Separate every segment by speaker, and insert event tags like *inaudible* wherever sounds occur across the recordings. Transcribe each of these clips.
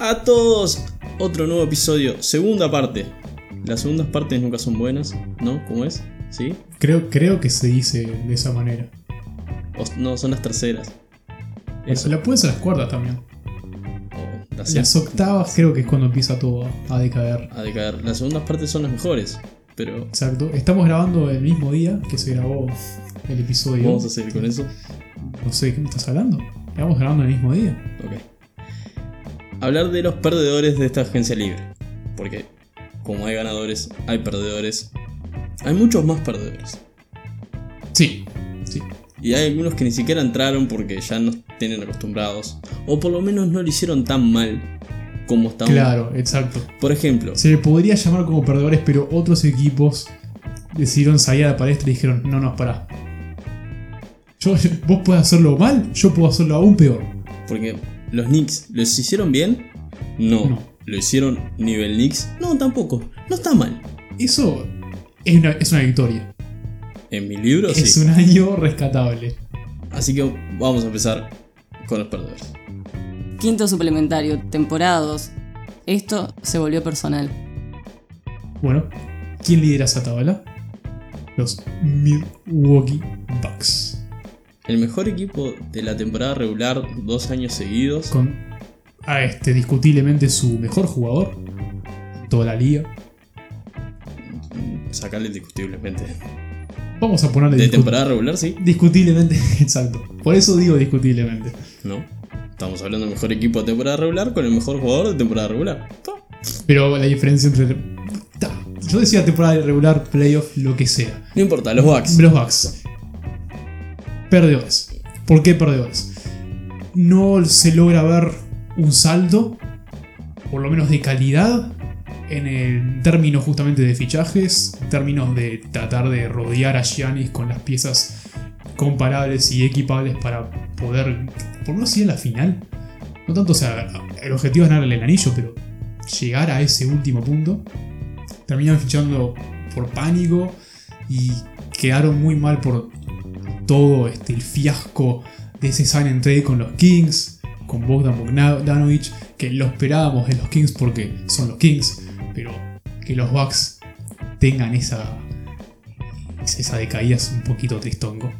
Speaker 1: a todos. Otro nuevo episodio, segunda parte. Las segundas partes nunca son buenas, ¿no? ¿Cómo es? ¿Sí?
Speaker 2: Creo, creo que se dice de esa manera.
Speaker 1: O- no, son las terceras.
Speaker 2: O sea,
Speaker 1: Eso. Oh,
Speaker 2: la pueden ser las cuartas también.
Speaker 1: O las
Speaker 2: Las octavas creo que es cuando empieza todo a decaer.
Speaker 1: a decaer. Las segundas partes son las mejores, pero
Speaker 2: Exacto. Estamos grabando el mismo día que se grabó el
Speaker 1: ¿qué
Speaker 2: episodio.
Speaker 1: vamos a hacer con eso?
Speaker 2: No sé de qué me estás hablando. Estamos grabando el mismo día.
Speaker 1: Ok. Hablar de los perdedores de esta agencia libre. Porque como hay ganadores, hay perdedores. Hay muchos más perdedores.
Speaker 2: Sí. Sí.
Speaker 1: Y hay algunos que ni siquiera entraron porque ya nos tienen acostumbrados. O por lo menos no lo hicieron tan mal como estaban.
Speaker 2: Claro, exacto.
Speaker 1: Por ejemplo,
Speaker 2: Se le podría llamar como perdedores, pero otros equipos decidieron salir a la palestra y dijeron, no, no, pará. Yo, *laughs* vos podés hacerlo mal, yo puedo hacerlo aún peor.
Speaker 1: porque los Knicks, ¿los hicieron bien? No.
Speaker 2: No.
Speaker 1: ¿Lo hicieron nivel Knicks? No, tampoco. No está mal.
Speaker 2: Eso es una, es una victoria.
Speaker 1: En mi libro *laughs* sí.
Speaker 2: Es un año rescatable.
Speaker 1: Así que vamos a empezar con los perdedores.
Speaker 3: Quinto suplementario, temporada 2. Esto se volvió personal.
Speaker 2: Bueno, ¿quién lidera esa tabla? Los Milwaukee Bucks.
Speaker 1: El mejor equipo de la temporada regular dos años seguidos.
Speaker 2: Con a este, discutiblemente su mejor jugador. Toda la liga.
Speaker 1: Sacarle indiscutiblemente.
Speaker 2: Vamos a ponerle
Speaker 1: De
Speaker 2: discu-
Speaker 1: temporada regular, sí.
Speaker 2: Discutiblemente, *laughs* exacto. Por eso digo discutiblemente.
Speaker 1: No. Estamos hablando del mejor equipo de temporada regular con el mejor jugador de temporada regular. Pa.
Speaker 2: Pero la diferencia entre. Ta, Yo decía temporada regular, playoff, lo que sea.
Speaker 1: No importa, los Bucks.
Speaker 2: Los Bucks. Perdedores. ¿Por qué perdedores? No se logra ver un salto, por lo menos de calidad, en el término justamente de fichajes, en términos de tratar de rodear a Giannis con las piezas comparables y equipables para poder, por no decir a la final. No tanto, o sea, el objetivo es ganarle el anillo, pero llegar a ese último punto. Terminan fichando por pánico y quedaron muy mal por todo este, el fiasco de ese sign and trade con los Kings, con Bogdan Bogdanovich, que lo esperábamos de los Kings porque son los Kings, pero que los Bucks tengan esa, esa decaída es un poquito tristongo.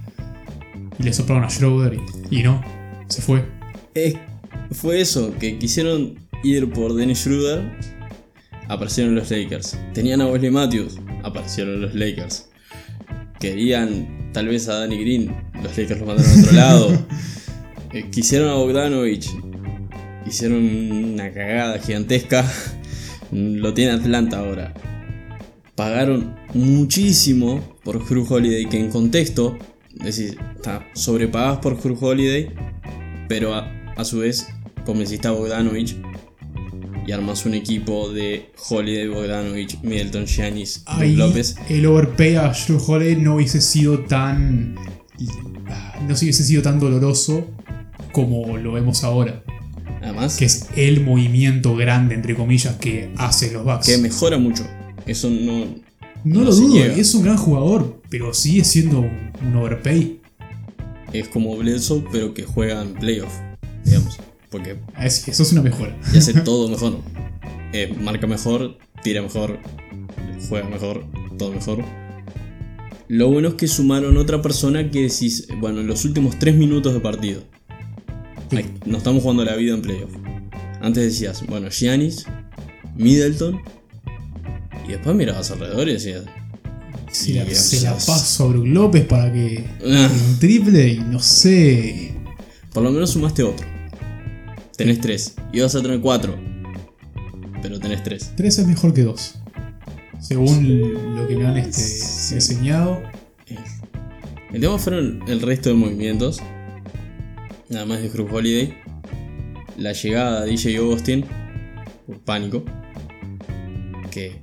Speaker 2: Y le soplaron a Schroeder y, y no, se fue.
Speaker 1: Eh, fue eso, que quisieron ir por Dennis Schroeder. Aparecieron los Lakers. Tenían a Wesley Matthews. Aparecieron los Lakers. Querían tal vez a Danny Green. Los Lakers lo mandaron a otro lado. Eh, quisieron a Bogdanovich. Hicieron una cagada gigantesca. *laughs* Lo tiene Atlanta ahora. Pagaron muchísimo por Cruz Holiday, que en contexto, decís, está, sobrepagás por Cruz Holiday, pero a, a su vez convenciste a Bogdanovich y armas un equipo de Holiday, Bogdanovich, Middleton, Giannis, Brook
Speaker 2: Ahí
Speaker 1: López.
Speaker 2: el overpay a Drew Holiday no hubiese sido tan. No hubiese sido tan doloroso como lo vemos ahora.
Speaker 1: Además,
Speaker 2: que es el movimiento grande, entre comillas, que hace los Bucks.
Speaker 1: que mejora mucho. Eso no.
Speaker 2: no
Speaker 1: no
Speaker 2: lo
Speaker 1: se
Speaker 2: dudo,
Speaker 1: niega.
Speaker 2: es un gran jugador, pero sigue siendo un, un overpay.
Speaker 1: Es como Bledsoe, pero que juega en playoff, digamos. Porque
Speaker 2: Es- eso es una mejora.
Speaker 1: y hace todo mejor. Eh, marca mejor, tira mejor, juega mejor, todo mejor. Lo bueno es que sumaron otra persona que decís, bueno, en los últimos 3 minutos de partido. Ay, nos estamos jugando la vida en playoff. Antes decías, bueno, Giannis, Middleton. Y después mirabas alrededor y decías, *laughs*
Speaker 2: Se la,
Speaker 1: Dios.
Speaker 2: se la paso a Brook López para que
Speaker 1: "Ah".
Speaker 2: un triple y no sé.
Speaker 1: Por lo menos sumaste otro. Tenés tres. Y vas a tener cuatro. Pero tenés tres.
Speaker 2: Tres es mejor que dos. Según lo que me han este,
Speaker 1: Sí.
Speaker 2: enseñado.
Speaker 1: El tema fueron el resto de movimientos. Nada más de Cruz Holiday. La llegada de DJ Augustin. Por pánico. Que.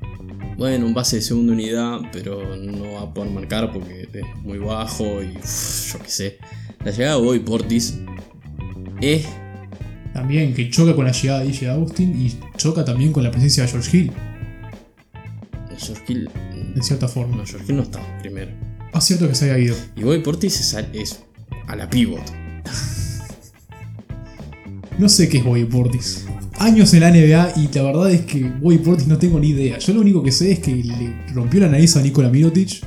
Speaker 1: Bueno, un base de segunda unidad, pero no va a poder marcar porque es muy bajo y uf, yo qué sé. La llegada de Boy Portis es
Speaker 2: También que choca con la llegada de DJ Agustin y choca también con la presencia de George Hill,
Speaker 1: George Hill.
Speaker 2: en cierta forma.
Speaker 1: No, George Hill no está primero.
Speaker 2: Ah, cierto que se había ido.
Speaker 1: Y Boy Portis es a, es a la pivot.
Speaker 2: No sé qué es Boy Portis. años en la NBA y la verdad es que Boy Portis no tengo ni idea. Yo lo único que sé es que le rompió la nariz a Nikola Mirotic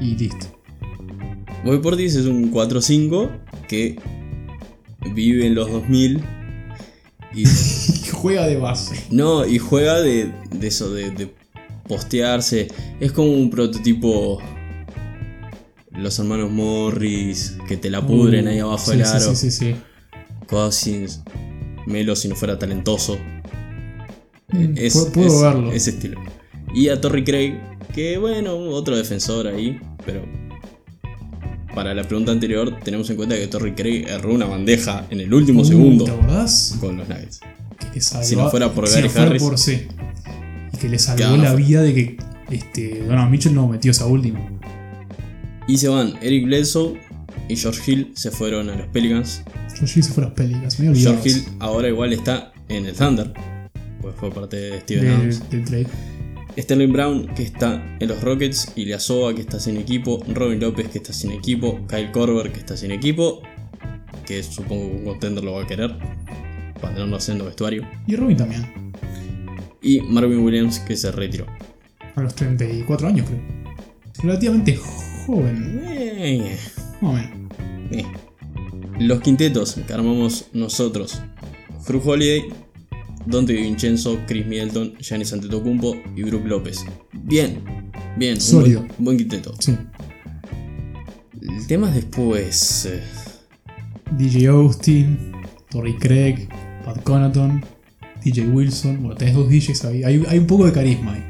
Speaker 2: y listo. *laughs*
Speaker 1: Boy Portis es un 4-5 que vive en los 2000 y, *laughs*
Speaker 2: Y juega de base.
Speaker 1: no, y juega de, de eso, de, de postearse. Es como un prototipo. Los hermanos Morris que te la pudren ahí abajo
Speaker 2: Uh, Sí,
Speaker 1: del
Speaker 2: sí,
Speaker 1: aro. Eh,
Speaker 2: Sí, sí, sí.
Speaker 1: Cousins, Melo si no fuera talentoso.
Speaker 2: Mm,
Speaker 1: Es,
Speaker 2: puedo puedo
Speaker 1: es-
Speaker 2: verlo.
Speaker 1: ese estilo. Y a Torrey Craig, que bueno, otro defensor ahí, pero para la pregunta anterior, tenemos en cuenta que Torrey Craig erró una bandeja en el último
Speaker 2: Uh,
Speaker 1: segundo
Speaker 2: ¿Te acordás?
Speaker 1: con los Nuggets.
Speaker 2: Que le salvó-
Speaker 1: Si no fuera por
Speaker 2: si
Speaker 1: Gary
Speaker 2: no fuera
Speaker 1: Harris.
Speaker 2: por- sí. Y que le salvó
Speaker 1: Claro, no
Speaker 2: la
Speaker 1: fue-
Speaker 2: vida de que este, Donovan Mitchell no metió esa última.
Speaker 1: Y se van Eric Bledsoe y George Hill se fueron a los Pelicans.
Speaker 2: Yo llegué se fue a las pelicas, me había olvidado.
Speaker 1: George Hill ahora igual está en el Thunder, pues fue parte de Steven Adams.
Speaker 2: del, del trade.
Speaker 1: Sterling Brown, que está en los Rockets, Ilyasova, que está sin equipo, Robin López, que está sin equipo, Kyle Korver, que está sin equipo, que supongo que un contender lo va a querer, para tenerlo haciendo vestuario,
Speaker 2: Y Robin también.
Speaker 1: y Marvin Williams, que se retiró.
Speaker 2: A los 34 años, creo. Relativamente joven.
Speaker 1: Eh,
Speaker 2: Más o menos.
Speaker 1: eh. Los quintetos que armamos nosotros: Cruz Holiday, Dante Vincenzo, Chris Middleton, Giannis Antetokounmpo y Brook López. Bien, bien, un buen-
Speaker 2: Sólido.
Speaker 1: buen quinteto.
Speaker 2: Sí.
Speaker 1: El tema es después. eh,
Speaker 2: DJ Austin, Torrey Craig, Pat Conaton, DJ Wilson. Bueno, tenés dos DJs ahí. Hay, hay un poco de carisma ahí.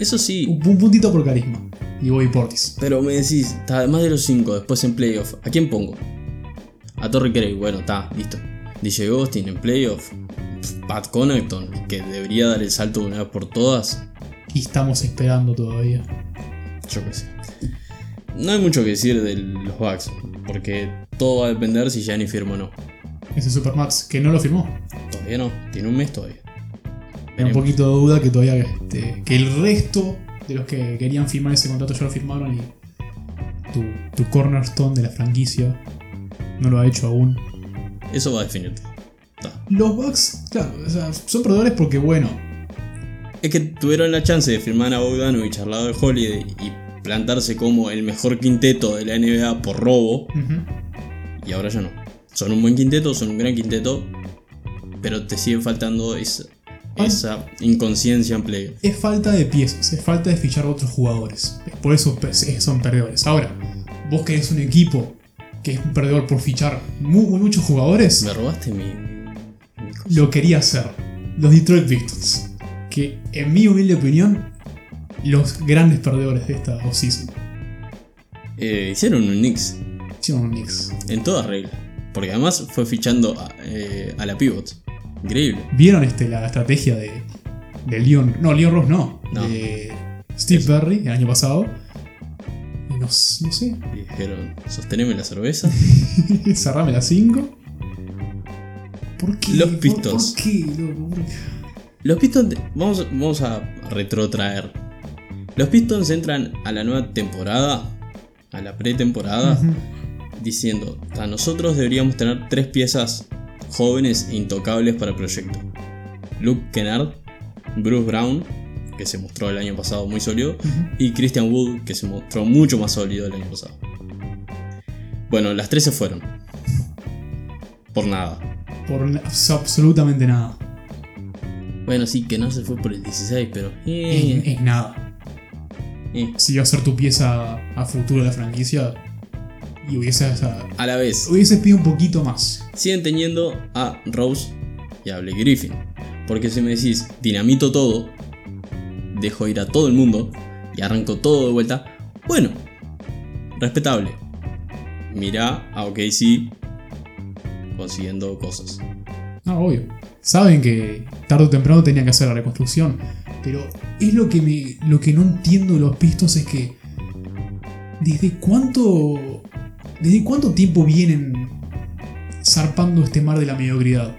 Speaker 1: Eso sí,
Speaker 2: Un, un puntito por carisma. Y Bobby Portis.
Speaker 1: Pero me decís, ta, además de los 5, después en playoff, ¿a quién pongo? A Torrey Craig, bueno, está, listo. DJ Austin en playoff. Pff, Pat Connaughton, que debería dar el salto de una vez por todas.
Speaker 2: Y estamos esperando todavía.
Speaker 1: Yo qué sé. No hay mucho que decir de los Bucks, porque todo va a depender si Gianni firma o no.
Speaker 2: Ese Supermax que no lo firmó.
Speaker 1: Todavía no, tiene un mes todavía.
Speaker 2: Era un
Speaker 1: Veremos.
Speaker 2: poquito de duda que todavía este, que el resto de los que querían firmar ese contrato ya lo firmaron y tu, tu cornerstone de la franquicia no lo ha hecho aún.
Speaker 1: Eso va a definir todo. Ta.
Speaker 2: Los Bucks, claro, o sea, son perdedores porque bueno,
Speaker 1: Es que tuvieron la chance de firmar a Bogdanovich al lado de Holiday y plantarse como el mejor quinteto de la NBA por robo.
Speaker 2: ujú,
Speaker 1: y ahora ya no. Son un buen quinteto, son un gran quinteto, pero te sigue faltando esa,
Speaker 2: Ay.
Speaker 1: esa inconsciencia en play.
Speaker 2: es falta de piezas, es falta de fichar otros jugadores. Por eso pe- son perdedores. Ahora, vos que es un equipo que es un perdedor por fichar mu- mu- muchos jugadores,
Speaker 1: Me robaste mi. mi cosa.
Speaker 2: lo quería hacer. Los Detroit Pistons. Que en mi humilde opinión, los grandes perdedores de esta offseason.
Speaker 1: Eh, hicieron un Knicks
Speaker 2: Hicieron un Knicks.
Speaker 1: en toda regla. Porque además fue fichando a, eh, a la pivot. Increíble.
Speaker 2: ¿Vieron este, la estrategia de, de Leon? No, Leon Ross no.
Speaker 1: No.
Speaker 2: De Steve Berry el año pasado. Y no, s- no sé.
Speaker 1: Y dijeron, sosteneme la cerveza.
Speaker 2: *laughs* Cerrame las 5. ¿Por qué?
Speaker 1: Los
Speaker 2: ¿Por-
Speaker 1: Pistons.
Speaker 2: ¿Por, qué, loco? ¿Por qué?
Speaker 1: Los Pistons. Vamos, vamos a retrotraer. Los Pistons entran a la nueva temporada, a la pretemporada.
Speaker 2: Ujú.
Speaker 1: diciendo, a nosotros deberíamos tener tres piezas jóvenes e intocables para el proyecto. Luke Kennard, Bruce Brown, que se mostró el año pasado muy sólido,
Speaker 2: Ujú.
Speaker 1: y Christian Wood, que se mostró mucho más sólido el año pasado. Bueno, las tres se fueron. Por nada.
Speaker 2: Por na- abs- absolutamente nada.
Speaker 1: Bueno, sí, Kennard se fue por el 16, pero... eh,
Speaker 2: Es, es nada.
Speaker 1: eh.
Speaker 2: si iba a ser tu pieza a futuro de la franquicia y hubieses, a-
Speaker 1: A la vez,
Speaker 2: hubieses pedido un poquito más.
Speaker 1: siguen teniendo a Rose y a Blake Griffin. Porque si me decís, dinamito todo, dejo ir a todo el mundo y arranco todo de vuelta, bueno, respetable. Mirá a OKC consiguiendo cosas.
Speaker 2: No, obvio. Saben que tarde o temprano tenían que hacer la reconstrucción. Pero es lo que, me, lo que no entiendo de los pistos es que. ¿Desde cuánto. ¿Desde cuánto tiempo vienen zarpando este mar de la mediocridad?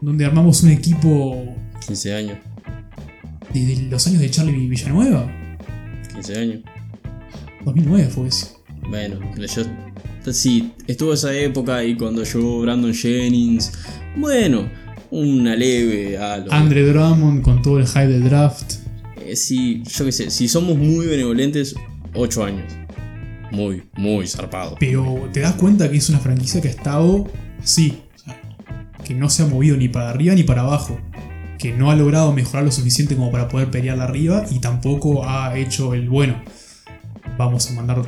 Speaker 2: Donde armamos un equipo
Speaker 1: 15 años,
Speaker 2: desde los años de Charlie Villanueva.
Speaker 1: 15 años.
Speaker 2: 2009 fue eso.
Speaker 1: Bueno, pero yo. Sí, estuvo esa época y cuando llegó Brandon Jennings. Bueno, una leve a lo-
Speaker 2: Andre Drummond con todo el hype del draft.
Speaker 1: Eh, si, yo qué sé, si somos muy benevolentes, 8 años. Muy, muy zarpado.
Speaker 2: Pero te das cuenta que es una franquicia que ha estado así. o sea, que no se ha movido ni para arriba ni para abajo. Que no ha logrado mejorar lo suficiente como para poder pelearla arriba y tampoco ha hecho el bueno. Vamos a mandar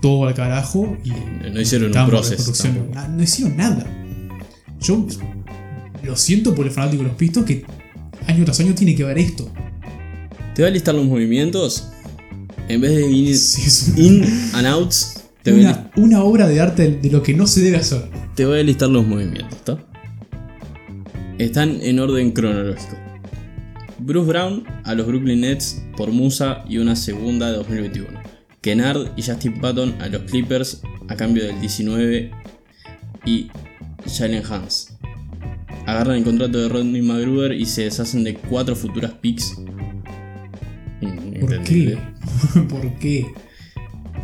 Speaker 2: todo al carajo y.
Speaker 1: No hicieron un
Speaker 2: Estamos en
Speaker 1: proceso.
Speaker 2: reconstrucción. Na- no hicieron nada. Yo lo siento por el fanático de los pistos que año tras año tiene que ver esto.
Speaker 1: Te va a listar los movimientos. En vez de in,
Speaker 2: Sí, es un-
Speaker 1: in and outs, te, va a lis-
Speaker 2: una, una obra de arte de lo que no se debe hacer.
Speaker 1: te voy a listar los movimientos, ¿está? Están en orden cronológico. Bruce Brown a los Brooklyn Nets por Musa y una segunda de 2021. Kennard y Justin Patton a los Clippers a cambio del 19 y Jalen Hans. Agarran el contrato de Rodney McGruber y se deshacen de cuatro futuras picks.
Speaker 2: ¿Por
Speaker 1: Inentendible.
Speaker 2: qué? *laughs* ¿Por qué?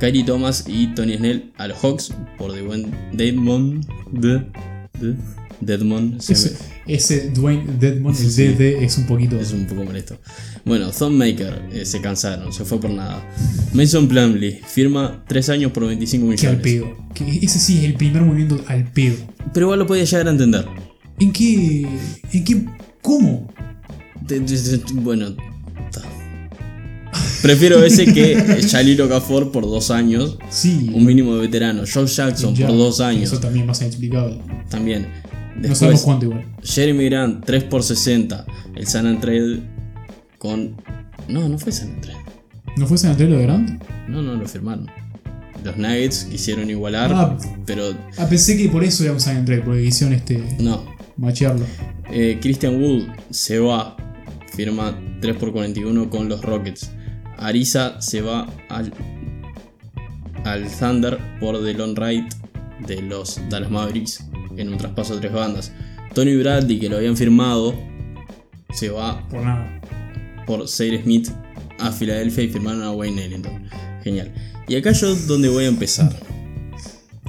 Speaker 1: Kyrie Thomas y Tony Snell a los Hawks por Dwayne Dedmon. De, de- Dedmon se
Speaker 2: Ese, ese Dwayne Dedmon, el
Speaker 1: Sí.
Speaker 2: DD, es un poquito.
Speaker 1: me- es un poco molesto. Bueno, Thumbmaker eh, se cansaron, se fue por nada. Mason Plumlee firma 3 años por 25
Speaker 2: que
Speaker 1: millones.
Speaker 2: al pedo. Que ese sí es el primer movimiento al pedo.
Speaker 1: Pero igual lo podía llegar a entender.
Speaker 2: ¿En qué. ¿En qué. ¿Cómo?
Speaker 1: Te- te- te- Bueno, ta. prefiero ese que Shalil Okafor por 2 años,
Speaker 2: Sí.
Speaker 1: un mínimo de veterano. Joe Jackson
Speaker 2: ya,
Speaker 1: por 2 años
Speaker 2: Eso también va a ser explicable.
Speaker 1: también.
Speaker 2: no sabemos
Speaker 1: Después,
Speaker 2: cuánto igual.
Speaker 1: Jeremy Grant, 3 por 60 El San Andrés con. No, no fue San Andrés.
Speaker 2: ¿No fue San Andrés lo de Grant?
Speaker 1: No, no lo firmaron. Los Nuggets quisieron igualar,
Speaker 2: Ah,
Speaker 1: pero
Speaker 2: ah, pensé que por eso era un San Andrés, porque hicieron este.
Speaker 1: no.
Speaker 2: machearlo.
Speaker 1: Eh, Christian Wood se va. Firma 3 por 41 con los Rockets. Ariza se va al, al Thunder por Delon Wright de los Dallas Mavericks en un traspaso de tres bandas. Tony Bradley, que lo habían firmado, se va
Speaker 2: Por nada.
Speaker 1: por Zaire Smith a Filadelfia y firmaron a Wayne Ellington. Genial. Y acá yo donde voy a empezar.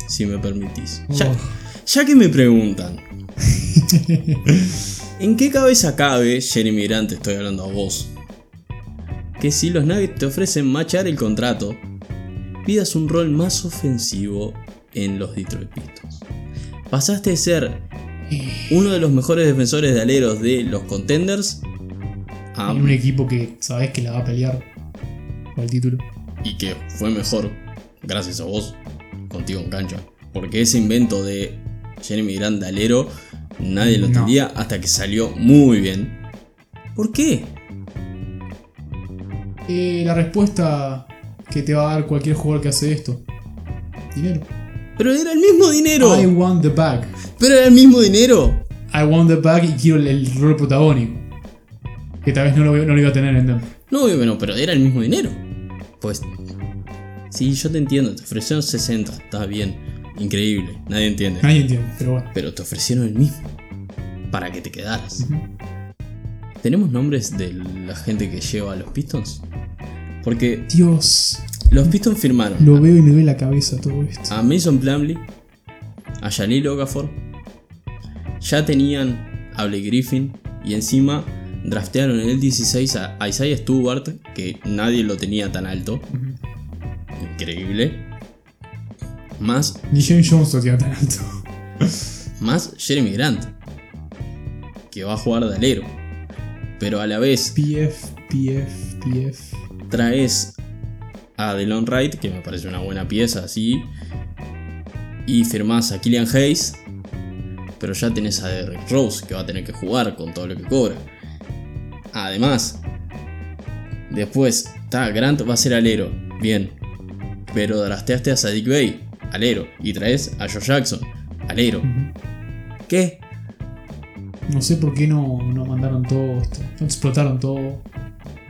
Speaker 1: Si me permitís. Ya, ya que me preguntan. ¿En qué cabeza cabe, Jeremy Grant, te estoy hablando a vos? Que si los Nuggets te ofrecen machar el contrato, pidas un rol más ofensivo en los Detroit Pistons. Pasaste de ser
Speaker 2: Eh,
Speaker 1: uno de los mejores defensores de aleros de los contenders a
Speaker 2: en un equipo que sabes que la va a pelear por el título.
Speaker 1: y que fue mejor gracias a vos contigo en cancha. Porque ese invento de Jeremy Grant de alero nadie lo
Speaker 2: No.
Speaker 1: entendía hasta que salió muy bien. ¿Por qué?
Speaker 2: Eh, la respuesta que te va a dar cualquier jugador que hace esto: dinero.
Speaker 1: Pero era el mismo dinero.
Speaker 2: I want the bag.
Speaker 1: Pero era el mismo dinero.
Speaker 2: I want the bag y quiero el, el rol protagónico. Que tal vez no lo, no lo iba a tener en Denver.
Speaker 1: No, bueno, pero era el mismo dinero. Pues... Sí, yo te entiendo. Te ofrecieron 60. Está bien. Increíble. Nadie entiende.
Speaker 2: Nadie entiende, pero bueno.
Speaker 1: Pero te ofrecieron el mismo. Para que te quedaras.
Speaker 2: Ujú.
Speaker 1: ¿Tenemos nombres de la gente que lleva a los Pistons? Porque
Speaker 2: Dios,
Speaker 1: los Pistons firmaron
Speaker 2: lo veo y me duele la cabeza todo esto.
Speaker 1: a Mason Plumlee, a Jalil Okafor. Ya tenían a Blake Griffin y encima draftearon en el 16 a Isaiah Stewart, que nadie lo tenía tan alto.
Speaker 2: Ujú.
Speaker 1: Increíble. Más,
Speaker 2: Ni James Jones lo tiene tan alto.
Speaker 1: más Jeremy Grant, que va a jugar de alero. Pero a la vez
Speaker 2: PF, PF, PF.
Speaker 1: traes a Delon Wright, que me parece una buena pieza así, y firmás a Killian Hayes, pero ya tenés a Derrick Rose, que va a tener que jugar con todo lo que cobra. Además, después, está Grant va a ser alero, bien, pero drafteaste a Sadiq Bay, alero, y traes a Joe Jackson, alero.
Speaker 2: Ujú.
Speaker 1: ¿Qué?
Speaker 2: No sé por qué no, no mandaron todo esto. No explotaron todo.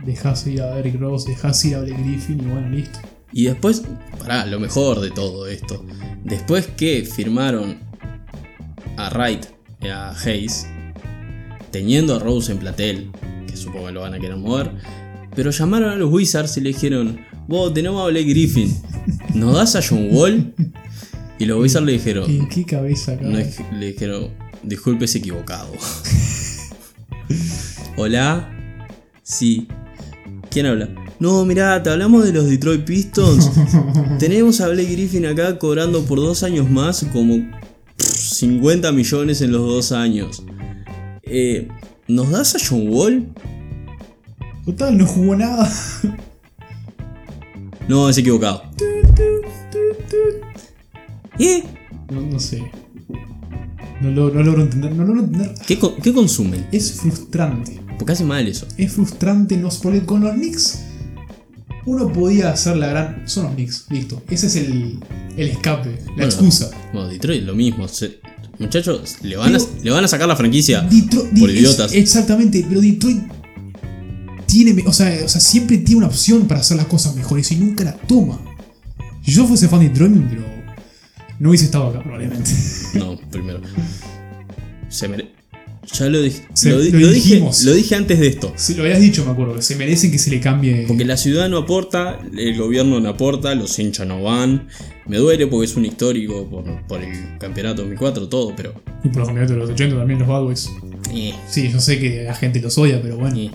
Speaker 2: Dejás ir a Eric Rose, dejás ir a Blake Griffin y bueno, listo.
Speaker 1: Y después, pará, lo mejor de todo esto. Después que firmaron a Wright y a Hayes, teniendo a Rose en platel, que supongo que lo van a querer mover, pero llamaron a los Wizards y le dijeron: Vos tenemos a Blake Griffin, ¿nos das a John Wall? Y los Wizards le dijeron:
Speaker 2: *laughs* ¿En qué cabeza,
Speaker 1: no
Speaker 2: cabrón?
Speaker 1: es- le dijeron, disculpe, es equivocado. *laughs* Hola. Sí. ¿Quién habla? No, mirá, te hablamos de los Detroit Pistons. Tenemos a Blake Griffin acá cobrando por dos años más como pff, 50 millones en los dos años. Eh, ¿Nos das a John Wall?
Speaker 2: Total, no jugó nada.
Speaker 1: No, es equivocado. ¿Eh?
Speaker 2: No, no sé. No, lo- no logro entender. No logro entender.
Speaker 1: ¿Qué, co- qué consumen?
Speaker 2: Es frustrante.
Speaker 1: Porque hace mal eso.
Speaker 2: Es frustrante no porque con los Knicks. Uno podía hacer la gran. Son los Knicks, listo. Ese es el, el escape, la
Speaker 1: Bueno.
Speaker 2: excusa.
Speaker 1: Bueno, Detroit lo mismo. se- muchachos, le van, a,
Speaker 2: Pero-
Speaker 1: le van a sacar la franquicia.
Speaker 2: Detroit,
Speaker 1: por
Speaker 2: es-
Speaker 1: idiotas.
Speaker 2: exactamente, pero Detroit tiene, me- o sea, o sea, siempre tiene una opción para hacer las cosas mejores y nunca la toma. Si yo fuese fan de Detroit, pero no hubiese estado acá probablemente. *laughs*
Speaker 1: No, primero. Se mere- Ya lo, dije-
Speaker 2: Se-
Speaker 1: lo, di-
Speaker 2: lo
Speaker 1: lo dije.
Speaker 2: dijimos.
Speaker 1: Lo dije antes de esto.
Speaker 2: Se lo habías dicho, me acuerdo, que se merecen que se le cambie.
Speaker 1: Porque la ciudad no aporta, el gobierno no aporta, los hinchas no van. Me duele porque es un histórico por, por el campeonato 2004, todo, pero.
Speaker 2: Y por los campeonatos de los 80 también los Bad Boys.
Speaker 1: eh,
Speaker 2: Sí, yo sé que la gente los odia, pero bueno.
Speaker 1: eh.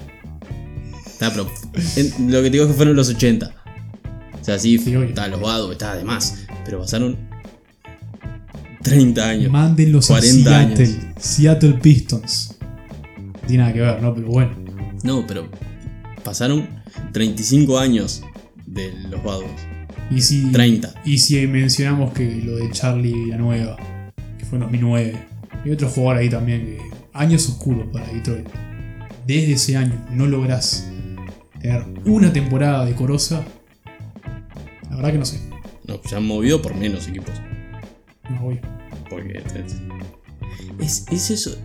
Speaker 1: Nah, pero en- lo que te digo es que fueron los 80. O sea, sí,
Speaker 2: Sí, obvio.
Speaker 1: está los vados, está de más. Pero pasaron 30 años.
Speaker 2: Mándenlos a
Speaker 1: 40 años.
Speaker 2: Seattle. Seattle Pistons. No tiene nada que ver, ¿no? Pero bueno.
Speaker 1: No, pero pasaron 35 años de los vados.
Speaker 2: Y si,
Speaker 1: 30.
Speaker 2: y si mencionamos que lo de Charlie Villanueva, que fue en 2009. Y otro jugador ahí también, que años oscuros para Detroit. Desde ese año no lográs tener una temporada decorosa. La verdad que no sé.
Speaker 1: No, se han movido por menos equipos.
Speaker 2: No voy.
Speaker 1: Porque es, es eso.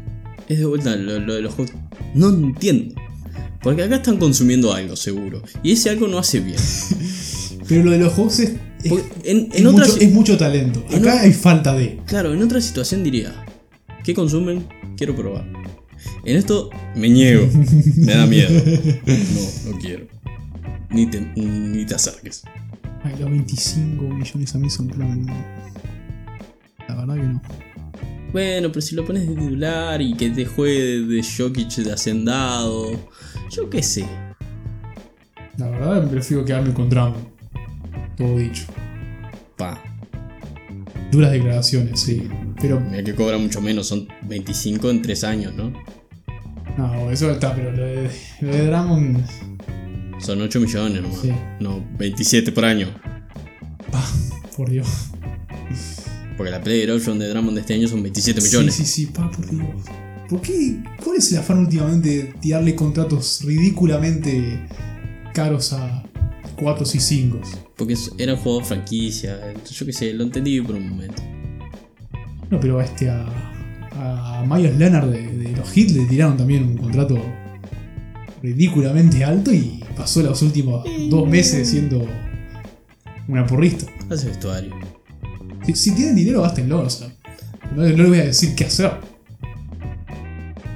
Speaker 1: Es de vuelta lo, lo de los juegos. No entiendo. Porque acá están consumiendo algo, seguro. Y ese algo no hace bien.
Speaker 2: Pero lo de los Hawks es, es-
Speaker 1: Porque en, en
Speaker 2: es
Speaker 1: otra
Speaker 2: mucho,
Speaker 1: si-
Speaker 2: es mucho talento.
Speaker 1: en
Speaker 2: Acá
Speaker 1: otra-
Speaker 2: hay falta de.
Speaker 1: Claro, en otra situación diría. ¿Qué consumen? Quiero probar. En esto me
Speaker 2: *laughs*
Speaker 1: niego. Me da miedo. No, no quiero. Ni te, ni te acerques.
Speaker 2: Ay, los 25 millones a mí son plan. La verdad que no.
Speaker 1: Bueno, pero si lo pones de titular y que te juegue de Jokic de hacendado. Yo qué sé.
Speaker 2: La verdad prefiero quedarme con Drummond. Todo dicho.
Speaker 1: Pa.
Speaker 2: Duras declaraciones, sí. Pero.
Speaker 1: Mira que cobra mucho menos, son 25 en 3 años, ¿no?
Speaker 2: No, eso está, pero lo de, lo de Drummond.
Speaker 1: Son 8 millones nomás.
Speaker 2: Sí.
Speaker 1: No, 27 por año.
Speaker 2: Por Dios.
Speaker 1: Porque la player option de Drummond de este año son 27 millones.
Speaker 2: Sí, sí, sí, pa, por Dios. ¿Por qué? ¿Cuál es el afán últimamente de tirarle contratos ridículamente caros a 4 y 5?
Speaker 1: Porque es- era un juego de franquicia. Yo qué sé, lo entendí por un momento.
Speaker 2: No, pero a este a, a Myles Leonard de, de los Hits le tiraron también un contrato ridículamente alto y pasó los últimos dos meses siendo una porrista.
Speaker 1: Hace vestuario.
Speaker 2: Si, si tienen dinero, gástenlo, o sea. No, no le voy a decir qué hacer.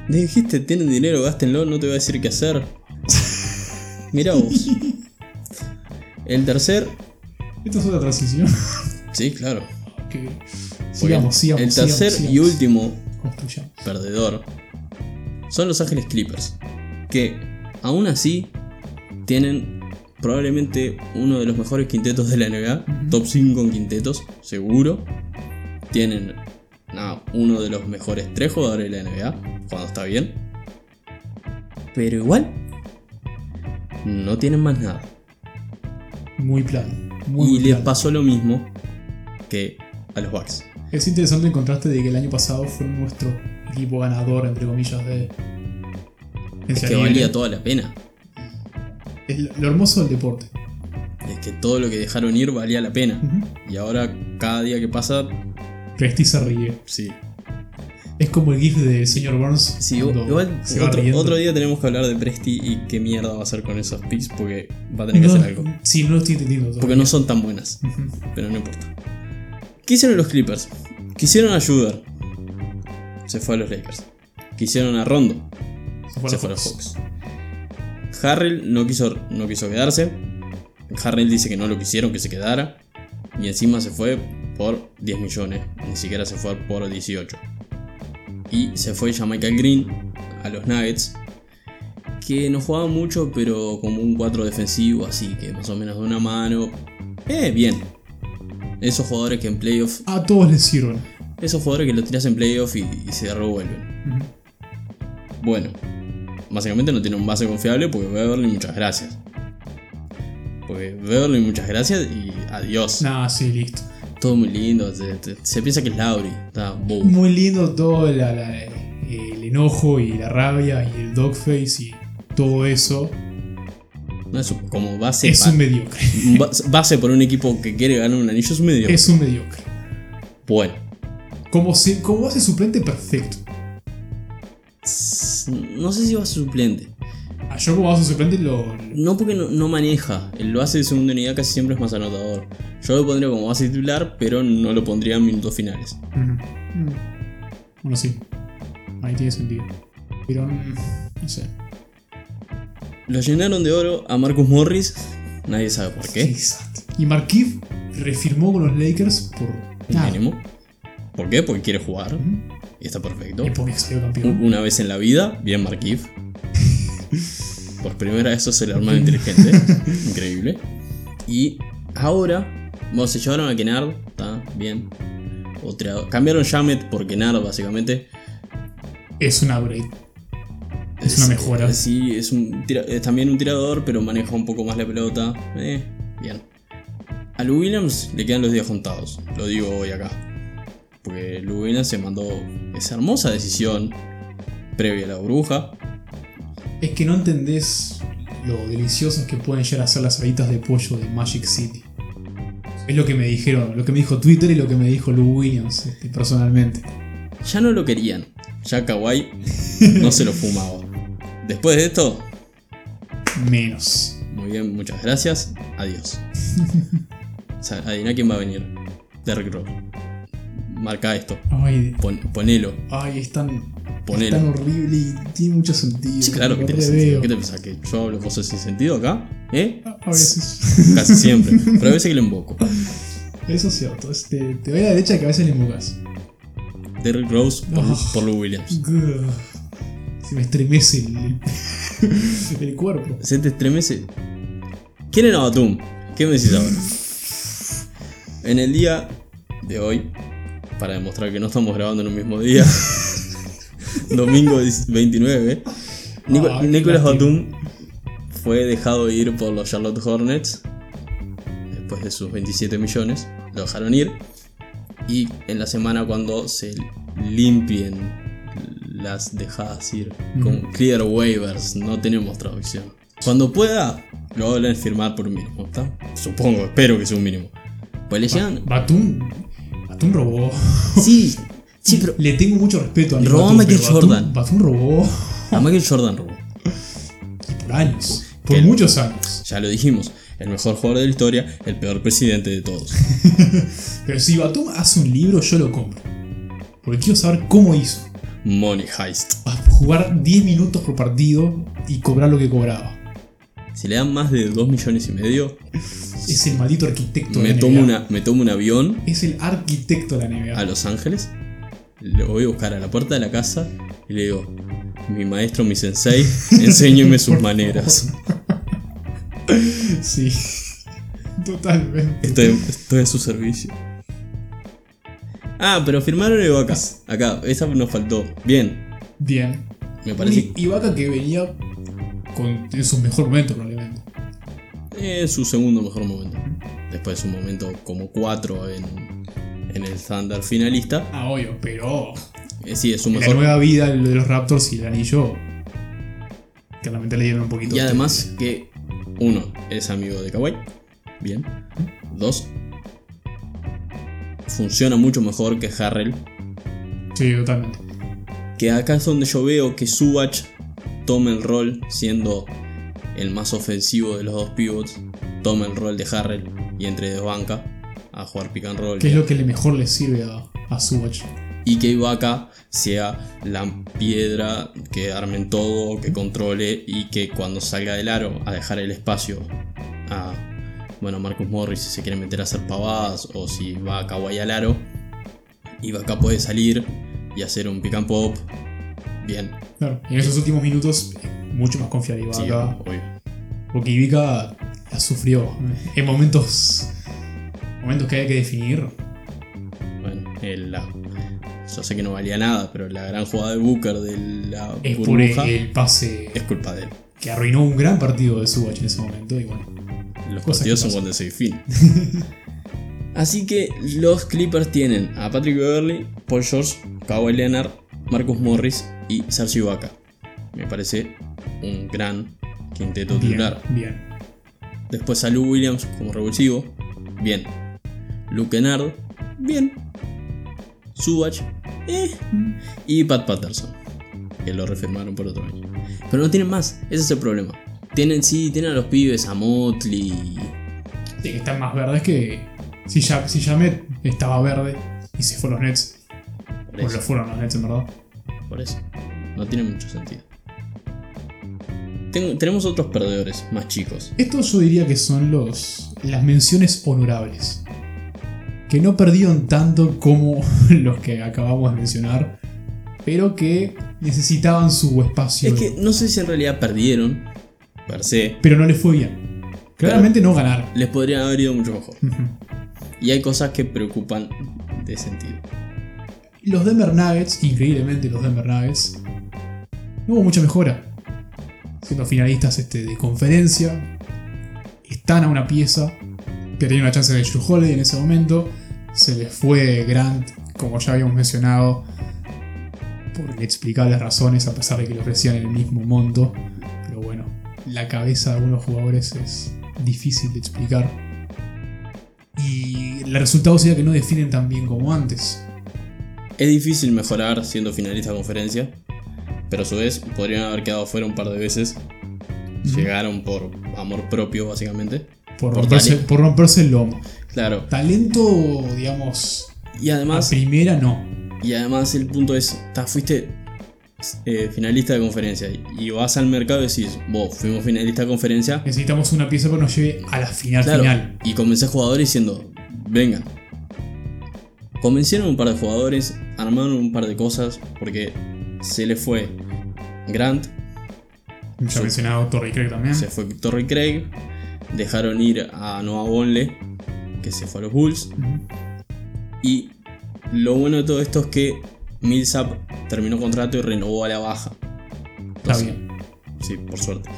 Speaker 1: Le dijiste, tienen dinero, gástenlo, no te voy a decir qué *laughs* hacer. Mirá *laughs* vos. El tercer.
Speaker 2: Esta es otra transición. *laughs*
Speaker 1: Sí, claro.
Speaker 2: que
Speaker 1: Porque
Speaker 2: sigamos, sigamos.
Speaker 1: el
Speaker 2: sigamos,
Speaker 1: tercer
Speaker 2: sigamos.
Speaker 1: y último
Speaker 2: Construyamos.
Speaker 1: perdedor son Los Ángeles Clippers, que aún así tienen probablemente uno de los mejores quintetos de la NBA,
Speaker 2: Ujú.
Speaker 1: top 5 en quintetos, seguro. Tienen a uno de los mejores tres jugadores de la NBA, cuando está bien. Pero igual, no tienen más nada.
Speaker 2: Muy plano. Muy,
Speaker 1: y
Speaker 2: muy
Speaker 1: les
Speaker 2: plano.
Speaker 1: pasó lo mismo que a los Bucks.
Speaker 2: Es interesante el contraste de que el año pasado fue nuestro equipo ganador, entre comillas, de.
Speaker 1: Es que valía toda la pena.
Speaker 2: Es lo lo hermoso del deporte.
Speaker 1: Es que todo lo que dejaron ir valía la pena.
Speaker 2: Ujú.
Speaker 1: Y ahora cada día que pasa,
Speaker 2: Presti se ríe.
Speaker 1: sí.
Speaker 2: Es como el GIF del señor Burns.
Speaker 1: Sí,
Speaker 2: cuando
Speaker 1: igual
Speaker 2: se va
Speaker 1: otro,
Speaker 2: riendo.
Speaker 1: otro día tenemos que hablar de Presti y qué mierda va a hacer con esos picks porque va a tener que
Speaker 2: No,
Speaker 1: hacer algo.
Speaker 2: Sí, no lo estoy entendiendo.
Speaker 1: Porque no son tan buenas,
Speaker 2: todavía. Ujú.
Speaker 1: pero no importa. ¿Qué hicieron los Clippers? Quisieron ayudar. Se fue a los Lakers. Quisieron a Rondo.
Speaker 2: Se fue a
Speaker 1: se
Speaker 2: los
Speaker 1: fue a los
Speaker 2: Hawks.
Speaker 1: Hawks. Harrell no quiso, no quiso quedarse. Harrell dice que no lo quisieron que se quedara. Y encima se fue por 10 millones. Ni siquiera se fue por 18. Y se fue Jamaica Green a los Nuggets. que no jugaba mucho, pero como un 4 defensivo, así que más o menos de una mano. Eh, bien. Esos jugadores que en playoff.
Speaker 2: A todos les sirven.
Speaker 1: Esos jugadores que los tiras en playoff y, y se revuelven.
Speaker 2: Ujú.
Speaker 1: Bueno, básicamente no tiene un base confiable porque Beverly, muchas gracias. Porque Beverly, muchas gracias y adiós.
Speaker 2: Nah, sí, listo.
Speaker 1: Todo muy lindo. Se, se- se piensa que es Lauri. Está boom.
Speaker 2: Muy lindo todo la- la- el enojo y la rabia y el dogface y todo eso.
Speaker 1: No, es un- como base.
Speaker 2: Es
Speaker 1: pa-
Speaker 2: un mediocre.
Speaker 1: un bas- base por un equipo que quiere ganar un anillo es un medio.
Speaker 2: Es un mediocre.
Speaker 1: Bueno.
Speaker 2: Como, si, como base suplente, perfecto.
Speaker 1: s- No sé si va a ser suplente.
Speaker 2: A yo como base suplente lo, lo-
Speaker 1: No porque no, no maneja. El base de segunda unidad casi siempre es más anotador. Yo lo pondría como base titular, pero no lo pondría en minutos finales.
Speaker 2: Ujú. Mm. Bueno, sí. Ahí tiene sentido. Pero, mm, no sé.
Speaker 1: Lo llenaron de oro a Marcus Morris. Nadie sabe por qué.
Speaker 2: Exacto. Y Markieff refirmó con los Lakers por nada.
Speaker 1: Mínimo. ¿Por qué? Porque quiere jugar.
Speaker 2: Ujú.
Speaker 1: Y está perfecto.
Speaker 2: Y porque salió
Speaker 1: Un-
Speaker 2: campeón.
Speaker 1: Una vez en la vida, bien Markif. Por primera vez sos el hermano inteligente. Increíble. Y ahora, bueno, se llevaron a Kennard, está bien. Otra, cambiaron Jamet por Kennard, básicamente.
Speaker 2: Es un upgrade. Es una mejora.
Speaker 1: Sí, es, un tira- es también un tirador, pero maneja un poco más la pelota. Eh, bien. A Lou Williams le quedan los días contados, lo digo hoy acá. Porque Lou Williams se mandó esa hermosa decisión previa a la burbuja.
Speaker 2: Es que no entendés lo deliciosas que pueden llegar a ser las alitas de pollo de Magic City. Es lo que me dijeron, lo que me dijo Twitter y lo que me dijo Lou Williams este, personalmente.
Speaker 1: Ya no lo querían. Ya Kawhi no se lo fumaba. Después de esto,
Speaker 2: Menos.
Speaker 1: muy bien, muchas gracias. Adiós.
Speaker 2: *laughs*
Speaker 1: O sea, adivina quién va a venir. Derrick Rose. Marca esto.
Speaker 2: Ay,
Speaker 1: Pon- ponelo.
Speaker 2: ay es, tan, es tan
Speaker 1: Ponelo.
Speaker 2: horrible y tiene mucho sentido.
Speaker 1: Sí, claro
Speaker 2: lo
Speaker 1: que tiene
Speaker 2: reveo. Ah,
Speaker 1: sentido. ¿Qué te pensás? ¿Que yo hablo cosas sin sentido acá? ¿Eh?
Speaker 2: A a veces. *laughs*
Speaker 1: Casi siempre. Pero a veces que lo invoco.
Speaker 2: Eso es cierto. es- te, te voy a la derecha que a veces le invocas.
Speaker 1: Derrick Rose por,
Speaker 2: Oh.
Speaker 1: por Lou Williams.
Speaker 2: Se me estremece el, *laughs* el cuerpo.
Speaker 1: Se te estremece. ¿Quién era Batum? ¿Qué me decís ahora? En el día de hoy, para demostrar que no estamos grabando en un mismo día, *laughs* domingo 29, Nico-
Speaker 2: Ay, qué
Speaker 1: Nicolas
Speaker 2: lástima.
Speaker 1: Batum fue dejado ir por los Charlotte Hornets después de sus 27 millones. Lo dejaron ir. Y en la semana, cuando se limpien las dejadas ir con clear waivers, no tenemos traducción. Cuando pueda, lo hablan firmar por un mínimo, ¿está? Supongo, espero que sea un mínimo. Pues le llegan.
Speaker 2: Ah. Batum. Batum robó.
Speaker 1: Sí, sí, pero.
Speaker 2: Le tengo mucho respeto a Nick
Speaker 1: Robó a
Speaker 2: Batum,
Speaker 1: Michael
Speaker 2: pero Batum-
Speaker 1: Jordan.
Speaker 2: Batum robó
Speaker 1: A Michael Jordan robó.
Speaker 2: y por años. Por
Speaker 1: Que-
Speaker 2: muchos años.
Speaker 1: Ya lo dijimos. El mejor jugador de la historia, el peor presidente de todos.
Speaker 2: Pero si Batum hace un libro, yo lo compro. Porque quiero saber cómo hizo.
Speaker 1: Money Heist.
Speaker 2: A jugar 10 minutos por partido y cobrar lo que cobraba.
Speaker 1: Si le dan más de 2 millones y medio,
Speaker 2: Es el maldito arquitecto de
Speaker 1: me
Speaker 2: la
Speaker 1: tomo,
Speaker 2: NBA.
Speaker 1: una, me tomo un avión
Speaker 2: Es el arquitecto de la NBA.
Speaker 1: a Los Ángeles, lo voy a buscar a la puerta de la casa y le digo, mi maestro, mi sensei,
Speaker 2: *laughs*
Speaker 1: enséñeme sus maneras.
Speaker 2: Sí. Totalmente.
Speaker 1: Estoy, estoy a su servicio. Ah, pero firmaron Ibaka. Acá, esa nos faltó. Bien,
Speaker 2: Bien.
Speaker 1: me parece.
Speaker 2: Un Ibaka que venía con, en su mejor momento, probablemente.
Speaker 1: En su segundo mejor momento. Después de su momento como 4 en, en el estándar finalista.
Speaker 2: Ah, obvio, pero.
Speaker 1: Eh, sí, es su
Speaker 2: La
Speaker 1: mejor
Speaker 2: nueva vida lo de los Raptors y el anillo. Claramente le dieron un poquito.
Speaker 1: Y además que uno es amigo de Kawhi. Bien. Dos. Funciona mucho mejor que Harrell.
Speaker 2: Sí, totalmente.
Speaker 1: Que acá es donde yo veo que Subach toma el rol siendo el más ofensivo de los dos pivots. Toma el rol de Harrell y entre desbanca a jugar pick and roll.
Speaker 2: Que es lo que le mejor le sirve a, a Subach.
Speaker 1: Y que Ibaka sea la piedra que armen todo, que controle y que cuando salga del aro a dejar el espacio a, bueno, Marcus Morris si se quiere meter a hacer pavadas o si va a Kawhi al aro, Ibaka puede salir y hacer un pick and pop. Bien,
Speaker 2: Claro. Y en esos últimos minutos eh, mucho más confía en
Speaker 1: Sí,
Speaker 2: Ibaka.
Speaker 1: obvio.
Speaker 2: porque Ibaka la sufrió en momentos, momentos que había que definir.
Speaker 1: Bueno, el- la- yo sé que no valía nada, pero la gran jugada de Booker de la
Speaker 2: Es por el,
Speaker 1: burbuja
Speaker 2: el pase
Speaker 1: es culpa de él.
Speaker 2: que arruinó un gran partido de Subach en ese momento. Y bueno,
Speaker 1: Los
Speaker 2: Cosas que
Speaker 1: partidos son
Speaker 2: pasan.
Speaker 1: cuando se definen. *laughs* Así que los Clippers tienen a Patrick Beverly, Paul George, Kawhi Leonard, Marcus Morris y Sergio Ibaka. Me parece un gran quinteto
Speaker 2: bien,
Speaker 1: titular.
Speaker 2: bien.
Speaker 1: Después a Lou Williams como revulsivo. Bien. Luke Kennard. Bien. Subach. Eh. Y Pat Patterson. Que lo refirmaron por otro año. Pero no tienen más. Ese es el problema. Tienen, sí, tienen a los pibes, a Motley.
Speaker 2: Sí, que están más verdes que. Si, ya, si Jamet estaba verde y se fue a los Nets,
Speaker 1: Por
Speaker 2: o lo
Speaker 1: eso,
Speaker 2: fueron los Nets en verdad.
Speaker 1: por eso. No tiene mucho sentido. Tengo- tenemos otros perdedores más chicos.
Speaker 2: Estos yo diría que son los las menciones honorables. Que no perdieron tanto como *laughs* los que acabamos de mencionar, pero que necesitaban su espacio.
Speaker 1: Es que no sé si en realidad perdieron. Per se.
Speaker 2: Pero no les fue bien. Claramente no ganaron.
Speaker 1: Les podrían haber ido mucho mejor.
Speaker 2: Ujú.
Speaker 1: Y hay cosas que preocupan de sentido.
Speaker 2: Los Denver Nuggets, increíblemente los Denver Nuggets, no hubo mucha mejora. Siendo finalistas este, de conferencia, están a una pieza, que tenía una chance de Drew Holiday en ese momento, se les fue Grant, como ya habíamos mencionado, por inexplicables razones, a pesar de que le ofrecían el mismo monto. Pero bueno, la cabeza de algunos jugadores es difícil de explicar. Y el resultado sería que no definen tan bien como antes.
Speaker 1: Es difícil mejorar siendo finalista de conferencia, pero a su vez podrían haber quedado fuera un par de veces. Llegaron por amor propio, básicamente.
Speaker 2: Por
Speaker 1: Por
Speaker 2: romperse,
Speaker 1: talento.
Speaker 2: por romperse el lomo.
Speaker 1: Claro.
Speaker 2: Talento, digamos,
Speaker 1: Y
Speaker 2: a
Speaker 1: además,
Speaker 2: primera no.
Speaker 1: y además el punto es, ta, fuiste eh, finalista de conferencia y vas al mercado y decís, vos, fuimos finalista de conferencia.
Speaker 2: Necesitamos una pieza que nos lleve a la final
Speaker 1: Claro.
Speaker 2: final.
Speaker 1: Y comencé jugadores diciendo, vengan. Convencieron un par de jugadores, armaron un par de cosas, porque se le fue Grant,
Speaker 2: Ya
Speaker 1: Sí.
Speaker 2: mencionado Torrey Craig también.
Speaker 1: Se fue Torrey Craig. Dejaron ir a Noah Bonle, que se fue a los Bulls.
Speaker 2: Ujú.
Speaker 1: Y lo bueno de todo esto es que Millsap terminó contrato y renovó a la baja.
Speaker 2: Está
Speaker 1: Entonces,
Speaker 2: bien.
Speaker 1: Sí, por suerte.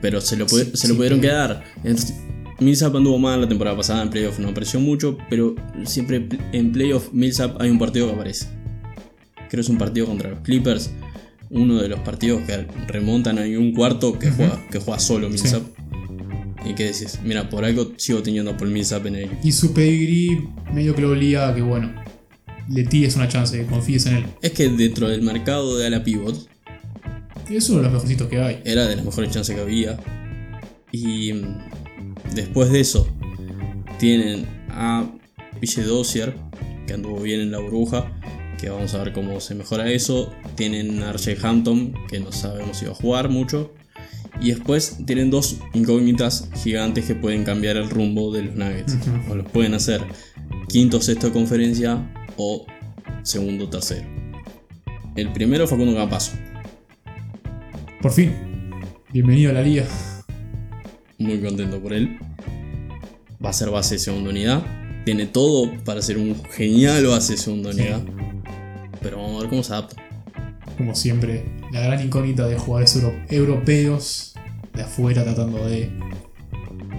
Speaker 1: Pero se lo, pudi-
Speaker 2: Sí,
Speaker 1: se lo
Speaker 2: sí,
Speaker 1: pudieron
Speaker 2: pero-
Speaker 1: quedar. Entonces, Millsap anduvo mal la temporada pasada en playoff, no apareció mucho, pero siempre pl- en playoff Millsap hay un partido que aparece. Creo que es un partido contra los Clippers, uno de los partidos que remontan a un cuarto que,
Speaker 2: Ujú.
Speaker 1: juega, que juega solo
Speaker 2: Sí.
Speaker 1: Millsap. Y que decís, mira, por algo sigo teniendo por Millsap en el equipo.
Speaker 2: Y su pedigree medio que lo obliga a que, bueno, le tires una chance, que confíes en él.
Speaker 1: Es que dentro del mercado de ala pivot,
Speaker 2: Y es uno de los mejorcitos que hay.
Speaker 1: era de las mejores chances que había. Y mm, después de eso, tienen a Ville Dossier, que anduvo bien en la burbuja, que vamos a ver cómo se mejora eso. Tienen a RJ Hampton, que no sabemos si va a jugar mucho. Y después tienen dos incógnitas gigantes que pueden cambiar el rumbo de los Nuggets.
Speaker 2: Ujú.
Speaker 1: O los pueden hacer quinto, sexto de conferencia o segundo, tercero. El primero fue Facundo Campazo.
Speaker 2: Por fin. Bienvenido a la liga.
Speaker 1: muy contento por él. Va a ser base de segunda unidad. Tiene todo para ser un genial base de segunda
Speaker 2: Sí.
Speaker 1: unidad. Pero vamos a ver cómo se adapta.
Speaker 2: Como siempre, la gran incógnita de jugadores euro- europeos de afuera tratando de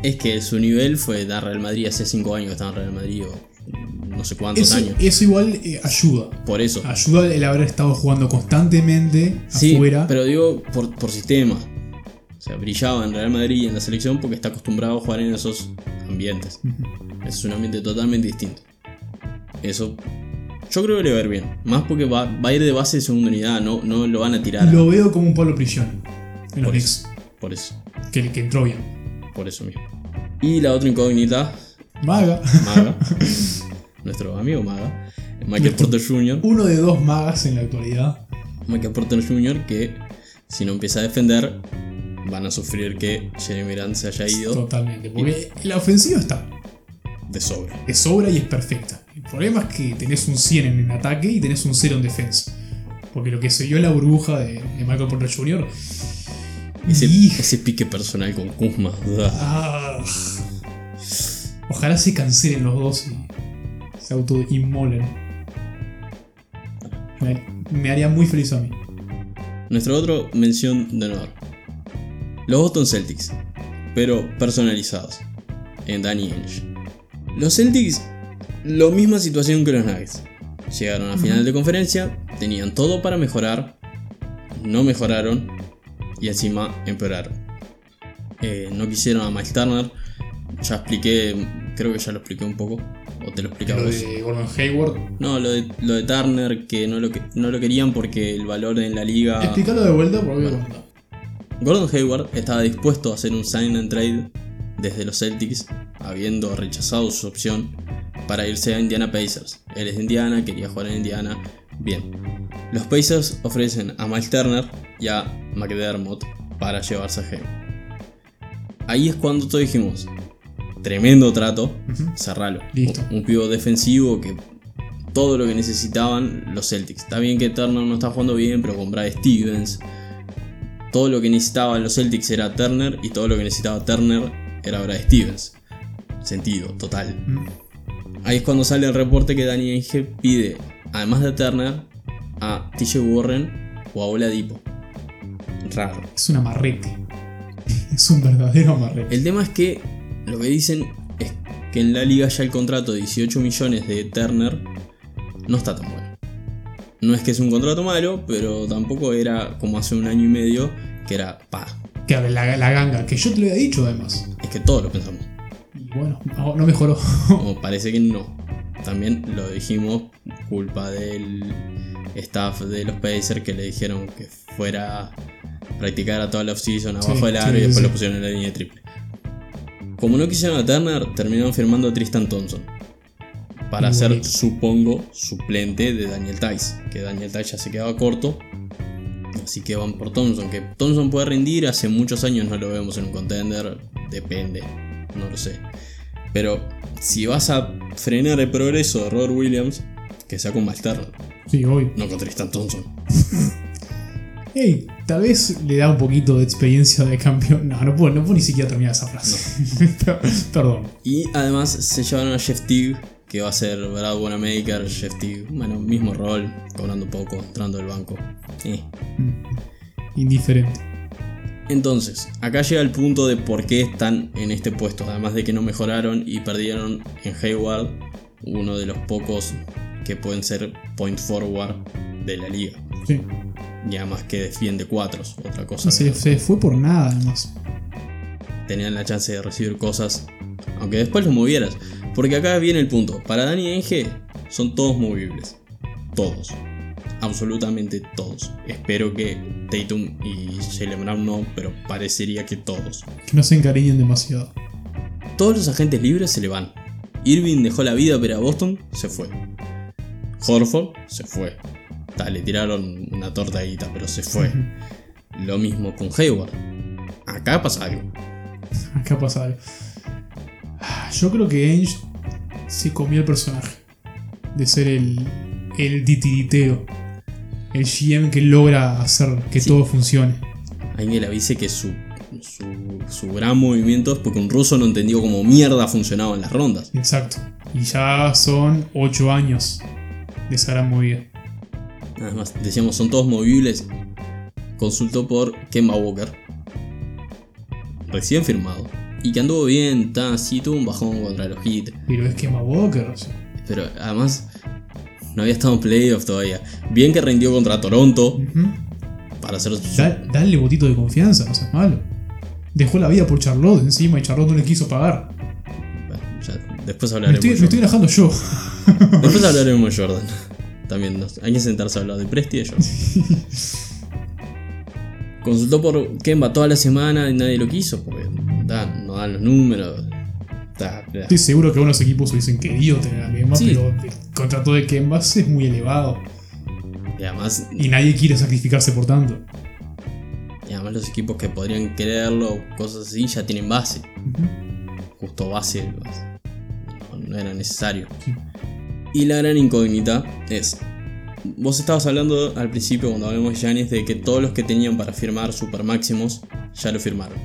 Speaker 1: Es que su nivel fue dar Real Madrid hace 5 años que estaba en Real Madrid o no sé cuántos
Speaker 2: Eso,
Speaker 1: años.
Speaker 2: eso igual eh, ayuda.
Speaker 1: Por eso.
Speaker 2: Ayuda el haber estado jugando constantemente
Speaker 1: sí,
Speaker 2: afuera.
Speaker 1: pero digo por, por sistema. O sea, brillaba en Real Madrid y en la selección porque está acostumbrado a jugar en esos ambientes.
Speaker 2: Ujú.
Speaker 1: Es un ambiente totalmente distinto. Eso yo creo que le va a ir bien. Más porque va, va a ir de base de segunda unidad, no, no lo van a tirar.
Speaker 2: Lo veo como un Pablo Prisión en los
Speaker 1: Por
Speaker 2: Knicks,
Speaker 1: Por eso,
Speaker 2: que, que entró bien.
Speaker 1: por eso mismo. Y la otra incógnita,
Speaker 2: Maga, *laughs*
Speaker 1: Maga, nuestro amigo Maga, Michael
Speaker 2: Nuestro-
Speaker 1: Porter Jr.,
Speaker 2: uno de dos magas en la actualidad.
Speaker 1: Michael Porter Jr., que si no empieza a defender, van a sufrir que Jeremy Grant se haya ido
Speaker 2: Totalmente, porque la ofensiva está
Speaker 1: de sobra.
Speaker 2: de sobra y es perfecta. El problema es que tenés un 100 en el ataque y tenés un 0 en defensa. Porque lo que se vio en la burbuja de, de Michael Porter Jr.
Speaker 1: Ese,
Speaker 2: Hij-
Speaker 1: ese pique personal con Kuzma. da.
Speaker 2: Ah. ojalá se cancelen los dos y se autoinmolen. Me, me haría muy feliz a mí.
Speaker 1: Nuestro otro mención de honor. Los Boston Celtics, pero personalizados. En Danny Ainge. Los Celtics, lo misma situación que los Nuggets. Llegaron a final de conferencia, tenían todo para mejorar, no mejoraron y encima empeoraron. Eh, no quisieron a Miles Turner, ya expliqué, creo que ya lo expliqué un poco, o te lo
Speaker 2: Lo
Speaker 1: explicamos.
Speaker 2: de Gordon Hayward.
Speaker 1: No, lo de, lo de Turner, que no, lo que no lo querían porque el valor en la liga...
Speaker 2: Explícalo de vuelta porque
Speaker 1: Bueno. Gordon Hayward estaba dispuesto a hacer un sign and trade desde los Celtics, habiendo rechazado su opción para irse a Indiana Pacers. Él es de Indiana, quería jugar en Indiana. Bien. Los Pacers ofrecen a Miles Turner y a McDermott para llevarse a Hayward. Ahí es cuando todos dijimos, tremendo trato,
Speaker 2: Ujú.
Speaker 1: cerralo.
Speaker 2: Listo.
Speaker 1: Un pivo defensivo que todo lo que necesitaban los Celtics. Está bien que Turner no está jugando bien, pero con Brad Stevens. Todo lo que necesitaban los Celtics era Turner y todo lo que necesitaba Turner era Brad Stevens. Sentido, total.
Speaker 2: Mm.
Speaker 1: Ahí es cuando sale el reporte que Danny Ainge pide, además de Turner, a TJ Warren o a Oladipo. Raro.
Speaker 2: Es un amarrete. *laughs* Es un verdadero amarrete.
Speaker 1: El tema es que lo que dicen es que en la liga ya el contrato de 18 millones de Turner no está tan bueno. No es que es un contrato malo, pero tampoco era como hace un año y medio que era pa.
Speaker 2: Que abre la, la ganga, que yo te lo había dicho además.
Speaker 1: Es que todos lo pensamos.
Speaker 2: Y bueno, no, no mejoró. *laughs*
Speaker 1: O parece que no. También lo dijimos culpa del staff de los Pacers que le dijeron que fuera a practicar a toda la offseason abajo
Speaker 2: Sí,
Speaker 1: del aro
Speaker 2: sí,
Speaker 1: y después
Speaker 2: sí.
Speaker 1: lo pusieron en la línea de triple. Como no quisieron a Turner, terminaron firmando a Tristan Thompson. Para
Speaker 2: Muy
Speaker 1: ser,
Speaker 2: bonito.
Speaker 1: supongo, suplente de Daniel Tice. Que Daniel Tice ya se quedaba corto. Así que van por Thompson. Que Thompson puede rendir, hace muchos años no lo vemos en un contender. Depende, no lo sé. Pero si vas a frenar el progreso de Robert Williams, que sea con Miles Turner,
Speaker 2: Sí, hoy.
Speaker 1: no con Tristan Thompson.
Speaker 2: Hey, tal vez le da un poquito de experiencia de campeón. No, no puedo, no puedo ni siquiera terminar esa frase. Per- *laughs* Perdón.
Speaker 1: Y además se llevaron a Jeff Teague, que va a ser Brad Wanamaker, Jeff Teague, bueno, mismo rol, cobrando poco, entrando del banco. Eh.
Speaker 2: Mm. Indiferente.
Speaker 1: Entonces, acá llega el punto de por qué están en este puesto, además de que no mejoraron y perdieron en Hayward, uno de los pocos que pueden ser point forward de la liga.
Speaker 2: Sí.
Speaker 1: Y además que defiende cuatros, otra cosa.
Speaker 2: No, se, se fue por nada además.
Speaker 1: tenían la chance de recibir cosas, aunque después los movieras. Porque acá viene el punto. Para Dani Enge son todos movibles. Todos. Absolutamente todos. Espero que Tatum y Jalen Brown no, pero parecería que todos.
Speaker 2: Que no se encariñen demasiado. *laughs*
Speaker 1: Todos los agentes libres se le van. Irving dejó la vida pero a Boston, se fue. Horford se fue. Ta, le tiraron una torta de guita, pero se fue.
Speaker 2: Ujú.
Speaker 1: Lo mismo con Hayward. Acá pasa algo.
Speaker 2: Acá pasa algo. Ah, Yo creo que Ange se comió el personaje. De ser el, el titiritero. El GM que logra hacer que
Speaker 1: Sí.
Speaker 2: todo funcione.
Speaker 1: Alguien le avise que su, su, su gran movimiento es porque un ruso no entendió cómo mierda funcionaban las rondas.
Speaker 2: Exacto. Y ya son 8 años de esa gran movida.
Speaker 1: Además, decíamos, son todos movibles. Consultó por Kemba Walker. Recién firmado. Y que anduvo bien, tan así, tuvo un bajón contra los hits.
Speaker 2: Pero es que Emma Walker. o sea,
Speaker 1: Pero además, no había estado en playoff todavía. Bien que rindió contra Toronto
Speaker 2: ujú.
Speaker 1: para hacer su-
Speaker 2: Da- dale botito de confianza, no seas malo. Dejó la vida por Charlotte encima y Charlotte no le quiso pagar.
Speaker 1: Bueno, ya, después
Speaker 2: Me
Speaker 1: hablaremos.
Speaker 2: estoy, me
Speaker 1: Jordan.
Speaker 2: estoy enojando yo.
Speaker 1: Después hablaremos de Jordan. *laughs* También nos- hay que sentarse a hablar de Presti y de
Speaker 2: *laughs*
Speaker 1: Jordan. Consultó por Kemba toda la semana y nadie lo quiso porque da- no dan los números. Da- da.
Speaker 2: Estoy seguro que unos equipos hubiesen querido tener a Kemba,
Speaker 1: Sí.
Speaker 2: pero el contrato de Kemba es muy elevado.
Speaker 1: Y, además,
Speaker 2: Y nadie quiere sacrificarse por tanto.
Speaker 1: y además los equipos que podrían quererlo, cosas así, ya tienen base.
Speaker 2: Ujú.
Speaker 1: Justo base. No, no era necesario.
Speaker 2: Sí.
Speaker 1: Y la gran incógnita es... Vos estabas hablando al principio cuando hablamos de Giannis de que todos los que tenían para firmar super máximos ya lo firmaron.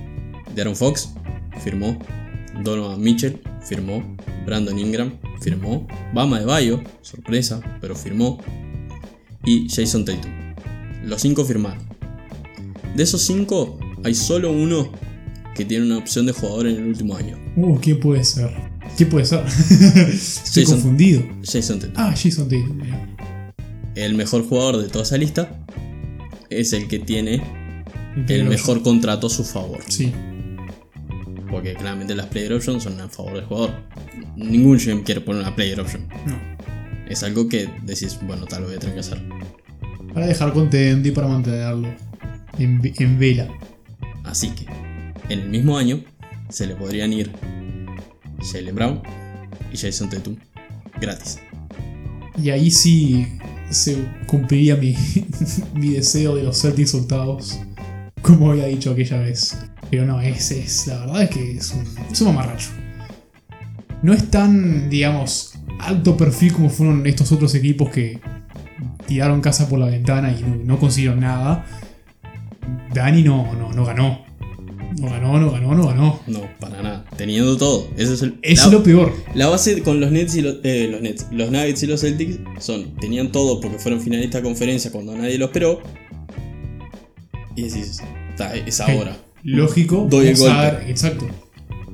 Speaker 1: Darren Fox firmó, Donovan Mitchell firmó, Brandon Ingram firmó, Bama de Bayo, sorpresa, pero firmó, y Jason Tatum. Los cinco firmaron. De esos cinco, hay solo uno que tiene una opción de jugador en el último año,
Speaker 2: Uh, ¿qué puede ser? ¿Qué puede ser? *laughs* Estoy
Speaker 1: Jason-
Speaker 2: confundido.
Speaker 1: Jason Tatum.
Speaker 2: Ah, Jason Tatum. mira.
Speaker 1: El mejor jugador de toda esa lista es el que tiene el
Speaker 2: Pero-
Speaker 1: mejor contrato a su favor.
Speaker 2: Sí.
Speaker 1: Porque claramente las player options son a favor del jugador. Ningún GM quiere poner una player option.
Speaker 2: No.
Speaker 1: Es algo que decís, bueno, tal vez voy a tener que hacer.
Speaker 2: Para dejar contento y para mantenerlo en, ve- en vela.
Speaker 1: Así que, en el mismo año, se le podrían ir Jalen Brown y Jason Tatum gratis.
Speaker 2: Y ahí sí se cumpliría mi, *laughs* mi deseo de los Celtics soltados, como había dicho aquella vez. Pero no, es, es- la verdad es que es un, es un mamarracho. No es tan, digamos, alto perfil como fueron estos otros equipos que tiraron casa por la ventana y no, no consiguieron nada. Dani no, no, no ganó. No ganó, no ganó, no ganó.
Speaker 1: No, para nada. Teniendo todo. Ese es el,
Speaker 2: Es
Speaker 1: la,
Speaker 2: lo peor.
Speaker 1: la base con los Nets y los, eh, los Nets. Los Nuggets y los Celtics son. Tenían todo porque fueron finalistas de conferencia cuando nadie lo esperó. Y decís, "Ta, es ahora.
Speaker 2: Lógico.
Speaker 1: Doy el
Speaker 2: vamos a
Speaker 1: golpe.
Speaker 2: dar- Exacto.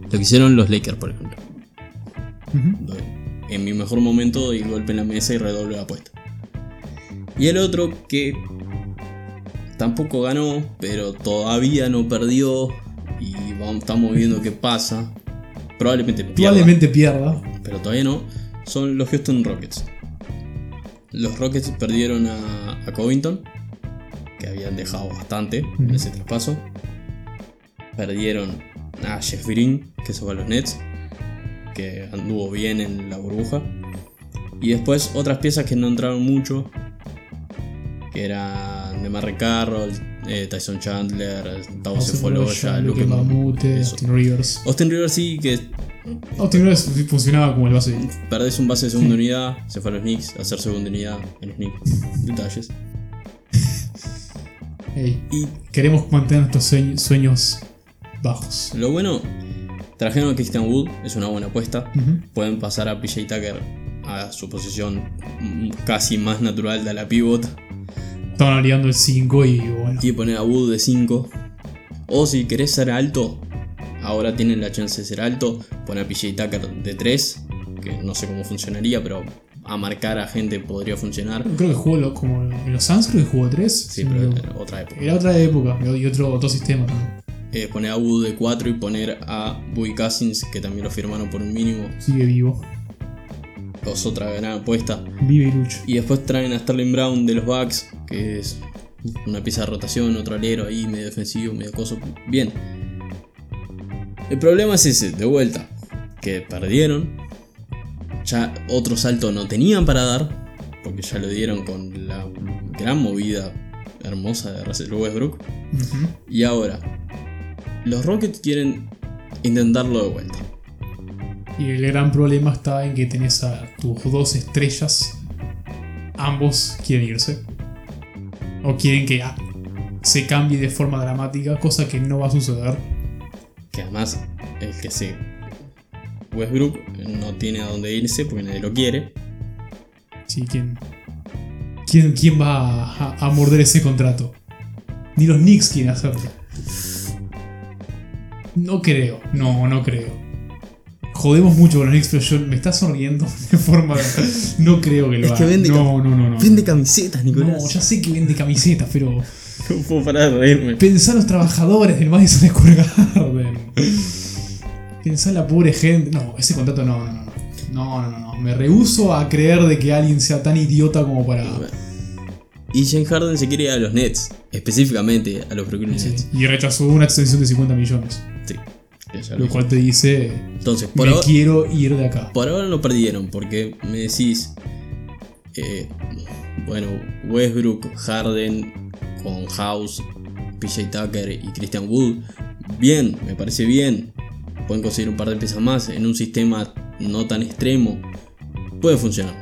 Speaker 1: Lo que hicieron los Lakers, por ejemplo.
Speaker 2: Ujú.
Speaker 1: Doy- En mi mejor momento doy el golpe en la mesa y redoblo la apuesta. Y el otro que tampoco ganó, pero todavía no perdió. Y vamos, estamos viendo qué pasa. Probablemente pierda,
Speaker 2: Probablemente pierda.
Speaker 1: pero todavía no. Son los Houston Rockets. Los Rockets perdieron a, a Covington, que habían dejado bastante en
Speaker 2: Ujú.
Speaker 1: ese traspaso. Perdieron a Jeff Green, que se fue a los Nets, que anduvo bien en la burbuja. Y después otras piezas que no entraron mucho, que eran Demarre Carroll, eh, Tyson Chandler, Tavo Cefaloya, Luke
Speaker 2: Luke Mamute, Austin Rivers.
Speaker 1: Austin Rivers sí que
Speaker 2: Austin Rivers funcionaba como el base. de-
Speaker 1: Perdés un base de segunda unidad, se fue a los Knicks, a hacer segunda unidad en los Knicks. Detalles.
Speaker 2: Ey,
Speaker 1: Y
Speaker 2: queremos mantener nuestros sueños, sueños bajos.
Speaker 1: lo bueno, trajeron a Christian Wood, es una buena apuesta.
Speaker 2: Ujú.
Speaker 1: Pueden pasar a PJ Tucker a su posición mm, casi más natural de la pivot
Speaker 2: Estaban aliando el 5 y bueno.
Speaker 1: y poner a Wood de 5. O si querés ser alto, ahora tienen la chance de ser alto, pon a PJ Tucker de 3, que no sé cómo funcionaría, pero a marcar a gente podría funcionar.
Speaker 2: Creo que jugó lo- como en los Suns, creo que jugó 3.
Speaker 1: Sí, pero era otra época.
Speaker 2: era otra época y y otro, otro sistema también.
Speaker 1: eh, poner a Wood de 4 y poner a Boy Cousins, que también lo firmaron por un mínimo,
Speaker 2: Sigue vivo.
Speaker 1: es otra gran apuesta.
Speaker 2: Vive y lucha.
Speaker 1: Y después traen a Sterling Brown de los Bucks, que es una pieza de rotación, otro alero ahí, medio defensivo, medio coso. Bien. El problema es ese, de vuelta, que perdieron. Ya otro salto no tenían para dar, porque ya lo dieron con la gran movida hermosa de Russell Westbrook.
Speaker 2: Ujú.
Speaker 1: Y ahora, los Rockets quieren intentarlo de vuelta.
Speaker 2: Y el gran problema está en que tenés a tus dos estrellas. Ambos quieren irse. O quieren que ah, se cambie de forma dramática, cosa que no va a suceder.
Speaker 1: Que además, el que se. Westbrook no tiene a dónde irse porque nadie lo quiere.
Speaker 2: Sí, ¿quién, quién, quién va a, a- a morder ese contrato? Ni los Knicks quieren hacerlo. No creo, no, no creo. Jodemos mucho con los Knicks, pero yo me está sonriendo *laughs* de forma. No creo que lo
Speaker 1: Es
Speaker 2: haga.
Speaker 1: que vende
Speaker 2: no, no, no, no.
Speaker 1: camisetas,
Speaker 2: No, ya sé que vende camisetas, pero
Speaker 1: No, puedo parar de reírme.
Speaker 2: pensá en los trabajadores del Madison Square Garden. Pensá en la pobre gente. No, ese contrato no, no, no. No, no, no, no. Me rehuso a creer de que alguien sea tan idiota como para.
Speaker 1: Y James Harden se quiere ir a los Nets, específicamente a los Brooklyn
Speaker 2: Sí,
Speaker 1: Nets.
Speaker 2: Y rechazó una extensión de 50 millones.
Speaker 1: Sí, que ya lo
Speaker 2: Lo
Speaker 1: dije.
Speaker 2: cual te dice.
Speaker 1: Entonces, por
Speaker 2: me
Speaker 1: ahora,
Speaker 2: quiero ir de acá.
Speaker 1: por ahora lo perdieron, porque me decís. eh, bueno, Westbrook, Harden, con House, PJ Tucker y Christian Wood. Bien, me parece bien. Pueden conseguir un par de piezas más en un sistema no tan extremo. Puede funcionar.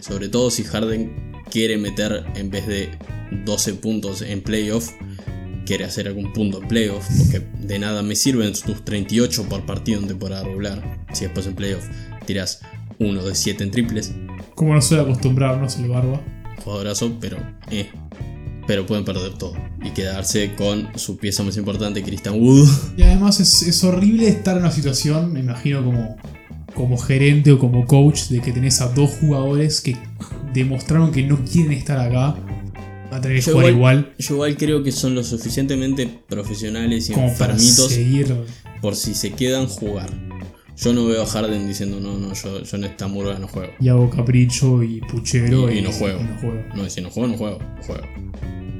Speaker 1: Sobre todo si Harden quiere meter en vez de 12 puntos en playoff, quiere hacer algún punto en playoff, porque de nada me sirven tus 38 por partido en temporada regular. Si después en playoff tirás uno de 7 en triples,
Speaker 2: Como no suele acostumbrarnos el barba.
Speaker 1: jugadorazo, pero eh. Pero pueden perder todo y quedarse con su pieza más importante, Christian Wood. *laughs*
Speaker 2: Y además es, es horrible estar en una situación, me imagino, como, como gerente o como coach, de que tenés a dos jugadores que demostraron que no quieren estar acá. Va a tener que
Speaker 1: Yo
Speaker 2: jugar igual,
Speaker 1: Yo igual creo que son lo suficientemente profesionales y
Speaker 2: como para
Speaker 1: enfermitos
Speaker 2: seguir.
Speaker 1: por si se quedan jugar. Yo no veo a Harden diciendo, no, no, yo, yo en esta murga no juego.
Speaker 2: Y hago capricho y puchero
Speaker 1: Y-
Speaker 2: y,
Speaker 1: y no juego.
Speaker 2: y no juego.
Speaker 1: No, si no juego, no juego, no juego.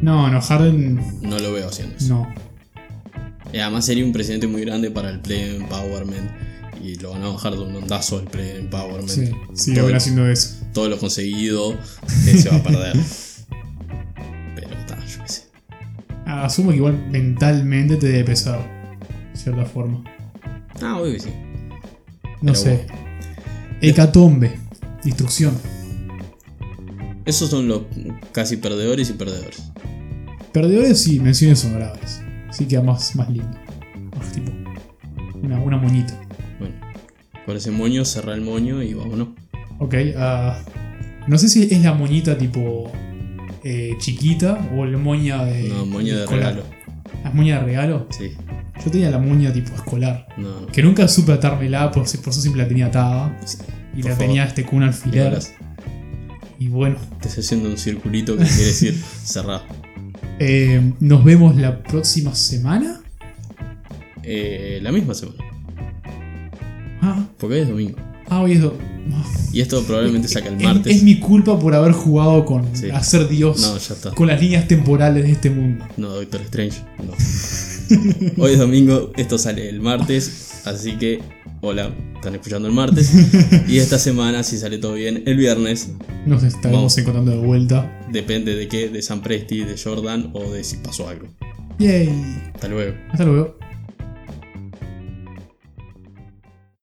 Speaker 2: No, no, Harden
Speaker 1: No lo veo haciendo eso.
Speaker 2: no.
Speaker 1: Y Eh, además sería un presidente muy grande para el Play Empowerment. Y lo van a bajar de un ondazo el Play Empowerment.
Speaker 2: Sí, sí,
Speaker 1: todo,
Speaker 2: ahora haciendo eso.
Speaker 1: todo lo conseguido eh, se va a
Speaker 2: *laughs*
Speaker 1: perder. Pero está, yo qué sé.
Speaker 2: Asumo que igual mentalmente te debe pesar. De cierta forma.
Speaker 1: Ah, obvio que sí.
Speaker 2: No
Speaker 1: Pero
Speaker 2: sé. Hecatombe. Destrucción.
Speaker 1: Esos son los casi perdedores y perdedores.
Speaker 2: Perdedores y menciones honorables. Así queda más, más lindo. Más tipo. Una, una moñita.
Speaker 1: Bueno, con ese moño, cerrar el moño y vámonos.
Speaker 2: Ok, ah, no sé si es la moñita tipo. eh, chiquita o la moña de.
Speaker 1: No, moño de
Speaker 2: escolar.
Speaker 1: regalo.
Speaker 2: ¿La moña de regalo?
Speaker 1: Sí,
Speaker 2: Yo tenía la moña tipo escolar.
Speaker 1: no. no.
Speaker 2: Que nunca supe atármela, por, si- por eso siempre la tenía atada.
Speaker 1: Sí,
Speaker 2: Y
Speaker 1: por
Speaker 2: la
Speaker 1: favor.
Speaker 2: tenía este con un alfiler.
Speaker 1: Nicolás,
Speaker 2: Y bueno,
Speaker 1: te estoy haciendo un circulito que quiere decir *laughs* cerrar.
Speaker 2: eh, nos vemos la próxima semana.
Speaker 1: Eh, la misma semana,
Speaker 2: Ah,
Speaker 1: porque hoy es domingo.
Speaker 2: ah, hoy es. do- ah.
Speaker 1: Y esto probablemente saca el
Speaker 2: Es-
Speaker 1: martes.
Speaker 2: Es, mi culpa por haber jugado con
Speaker 1: Sí.
Speaker 2: hacer Dios
Speaker 1: No, ya está.
Speaker 2: con las líneas temporales de este mundo.
Speaker 1: No, Doctor Strange, no. *laughs* Hoy es domingo, esto sale el martes, así que hola, están escuchando el martes. Y esta semana, si sale todo bien, el viernes,
Speaker 2: Nos estaremos
Speaker 1: Vamos.
Speaker 2: encontrando de vuelta.
Speaker 1: depende de qué, de San Presti, de Jordan o de si pasó algo.
Speaker 2: Yay.
Speaker 1: Hasta luego.
Speaker 2: Hasta luego.